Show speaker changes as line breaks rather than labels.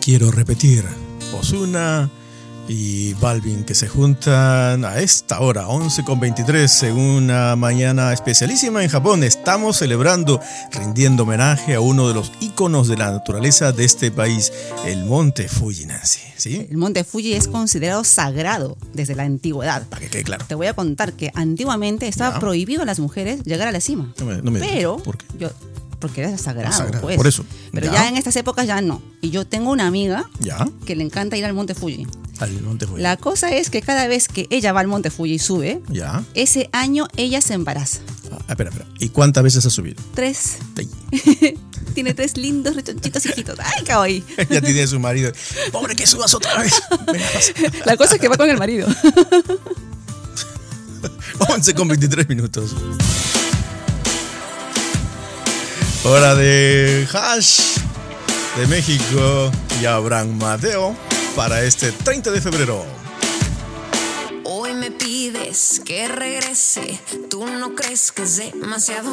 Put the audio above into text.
Quiero repetir, Osuna y Balvin que se juntan a esta hora, 11 con 23, en una mañana especialísima en Japón. Estamos celebrando, rindiendo homenaje a uno de los íconos de la naturaleza de este país, el Monte Fuji, Nancy. ¿sí?
El monte Fuji es considerado sagrado desde la antigüedad.
Para que quede claro.
Te voy a contar que antiguamente estaba
Ya.
prohibido a las mujeres llegar a la cima.
No me- no me digas.
pero
¿Por qué?
yo porque era sagrado,
Sagrado,
pues.
por eso.
Pero
Ya.
ya. en estas épocas ya no. Y yo tengo una amiga
Ya,
que le encanta ir al Monte Fuji.
al Monte Fuji.
La cosa es que cada vez que ella va al Monte Fuji y sube,
Ya.
ese año ella se embaraza.
Ah, espera, espera. ¿Y cuántas veces has subido?
Tres.
Te-
Tiene tres lindos rechonchitos hijitos. ¡Ay, kawaii!
Ya tiene su marido. Pobre que subas otra vez. Ven, pasa.
La cosa es que va con el marido.
11 con 23 minutos. Hora de Hash de México y Abraham Mateo para este 30 de febrero.
Hoy me pides que regrese. Tú no crees que es demasiado